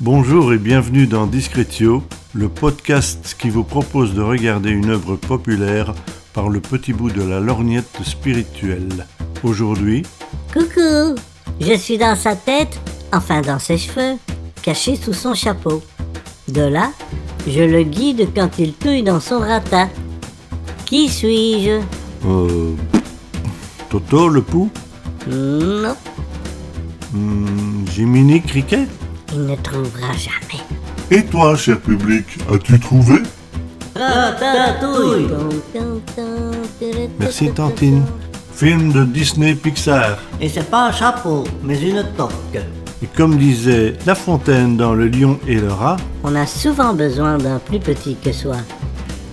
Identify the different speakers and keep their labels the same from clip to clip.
Speaker 1: Bonjour et bienvenue dans Discretio, le podcast qui vous propose de regarder une œuvre populaire par le petit bout de la lorgnette spirituelle. Aujourd'hui,
Speaker 2: Coucou Je suis dans sa tête, enfin dans ses cheveux, caché sous son chapeau. De là, je le guide quand il touille dans son ratin. Qui suis-je
Speaker 1: euh, Toto le Pou,
Speaker 2: Non,
Speaker 1: hmm, Jiminy Cricket
Speaker 2: il ne trouvera jamais.
Speaker 3: Et toi, cher public, as-tu trouvé
Speaker 2: Ratatouille
Speaker 1: Merci Tantine. Film de Disney Pixar.
Speaker 4: Et c'est pas un chapeau, mais une toque.
Speaker 1: Et comme disait La Fontaine dans Le Lion et le Rat,
Speaker 2: On a souvent besoin d'un plus petit que soi.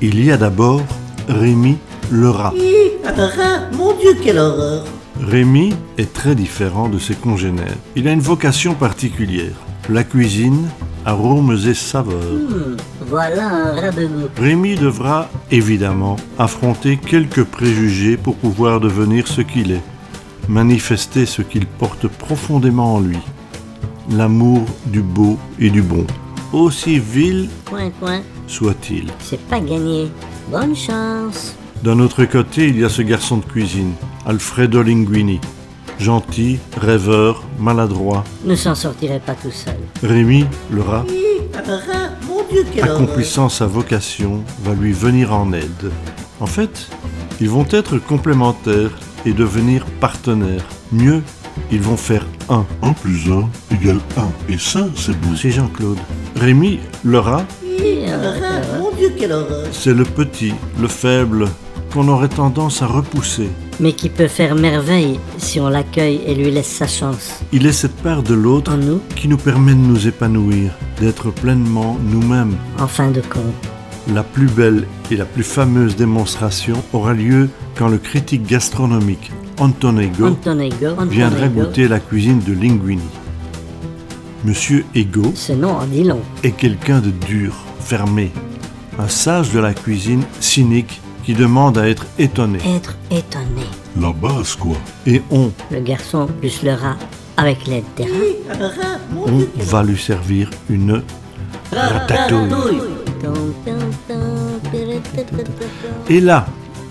Speaker 1: il y a d'abord Rémi le rat.
Speaker 4: Hi, un rat, mon Dieu, quelle horreur
Speaker 1: Rémi est très différent de ses congénères. Il a une vocation particulière, la cuisine, arômes et saveurs.
Speaker 2: Hmm, voilà un rat de goût.
Speaker 1: Rémi devra, évidemment, affronter quelques préjugés pour pouvoir devenir ce qu'il est, manifester ce qu'il porte profondément en lui, l'amour du beau et du bon, aussi vil
Speaker 2: Coin, coin,
Speaker 1: soit-il.
Speaker 2: c'est pas gagné. Bonne chance
Speaker 1: D'un autre côté, il y a ce garçon de cuisine, Alfredo Linguini, gentil, rêveur, maladroit.
Speaker 2: Ne s'en sortirait pas tout seul.
Speaker 1: Rémi, le rat,
Speaker 4: Hi, un rat, mon Dieu, quelle horreur
Speaker 1: accomplissant sa vocation, va lui venir en aide. En fait, ils vont être complémentaires et devenir partenaires. Mieux, ils vont faire un.
Speaker 3: 1 plus 1 égale 1. Et ça, c'est beau.
Speaker 1: C'est Jean-Claude. Rémi, le rat,
Speaker 4: Hi, un rat, mon Dieu, quelle horreur
Speaker 1: c'est le petit, le faible, qu'on aurait tendance à repousser.
Speaker 2: mais qui peut faire merveille si on l'accueille et lui laisse sa chance.
Speaker 1: Il est cette part de
Speaker 2: En
Speaker 1: l'autre
Speaker 2: nous,
Speaker 1: qui nous permet de nous épanouir, d'être pleinement nous-mêmes.
Speaker 2: en fin de compte.
Speaker 1: La plus belle et la plus fameuse démonstration aura lieu quand le critique gastronomique Antonego
Speaker 2: Anton Ego, Anton
Speaker 1: viendra
Speaker 2: Ego,
Speaker 1: goûter la cuisine de Linguini. Monsieur Ego
Speaker 2: ce nom en dit long.
Speaker 1: est quelqu'un de dur, fermé, un sage de la cuisine cynique qui demande à être étonné.
Speaker 2: Être étonné.
Speaker 3: La base, quoi.
Speaker 1: Et on,
Speaker 2: Le garçon plus le rat, avec l'aide des rats.
Speaker 4: Un rat, mon
Speaker 1: on
Speaker 4: Dieu,
Speaker 1: va lui servir une ratatouille.
Speaker 4: douille
Speaker 1: Et là,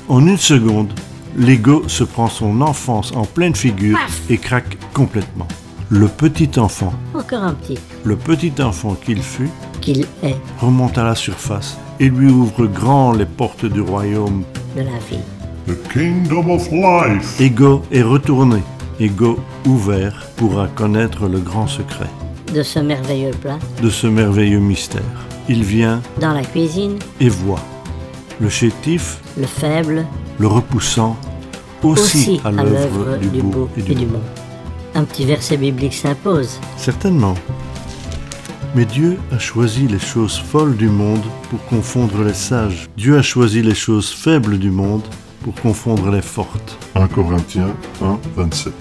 Speaker 1: en une seconde, l'ego se prend son enfance en pleine figure et craque complètement. Le petit enfant,
Speaker 2: Encore un petit,
Speaker 1: le petit enfant qu'il fut,
Speaker 2: qu'il est
Speaker 1: remonte à la surface et lui ouvre grand les portes du royaume.
Speaker 2: de la vie.
Speaker 3: The Kingdom of Life.
Speaker 1: Ego est retourné, ego ouvert pourra connaître le grand secret
Speaker 2: De ce merveilleux plat,
Speaker 1: de ce merveilleux mystère. Il vient
Speaker 2: dans la cuisine,
Speaker 1: et voit. Le chétif,
Speaker 2: le faible,
Speaker 1: le repoussant, aussi,
Speaker 2: aussi
Speaker 1: à l'œuvre du, beau et du, bon.
Speaker 2: bon. Un petit verset biblique s'impose.
Speaker 1: Certainement. Mais Dieu a choisi les choses folles du monde pour confondre les sages. Dieu a choisi les choses faibles du monde pour confondre les fortes.
Speaker 3: 1 Corinthiens 1, 27.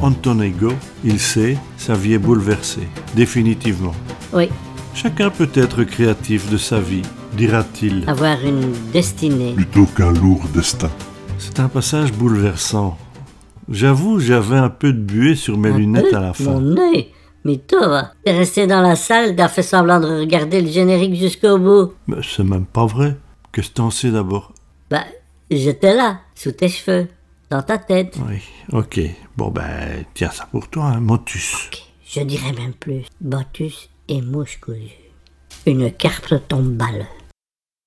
Speaker 1: Antonego, il sait, sa vie est bouleversée, définitivement.
Speaker 2: Oui,
Speaker 1: Chacun peut être créatif de sa vie, dira-t-il.
Speaker 2: avoir une destinée.
Speaker 3: Plutôt qu'un lourd destin.
Speaker 1: C'est un passage bouleversant. J'avoue, j'avais un peu de buée sur mes
Speaker 2: Un
Speaker 1: lunettes
Speaker 2: peu,
Speaker 1: à la fin.
Speaker 2: Mon œil Mais toi, t'es resté dans la salle, t'as fait semblant de regarder le générique jusqu'au bout.
Speaker 1: Mais c'est même pas vrai. Qu'est-ce que t'en sais d'abord
Speaker 2: Bah, j'étais là, sous tes cheveux, dans ta tête.
Speaker 1: Oui, ok. Bon ben, tiens ça pour toi, hein, motus.
Speaker 2: Je dirais même plus, Botus et mouche cousue. Une carpe tombale.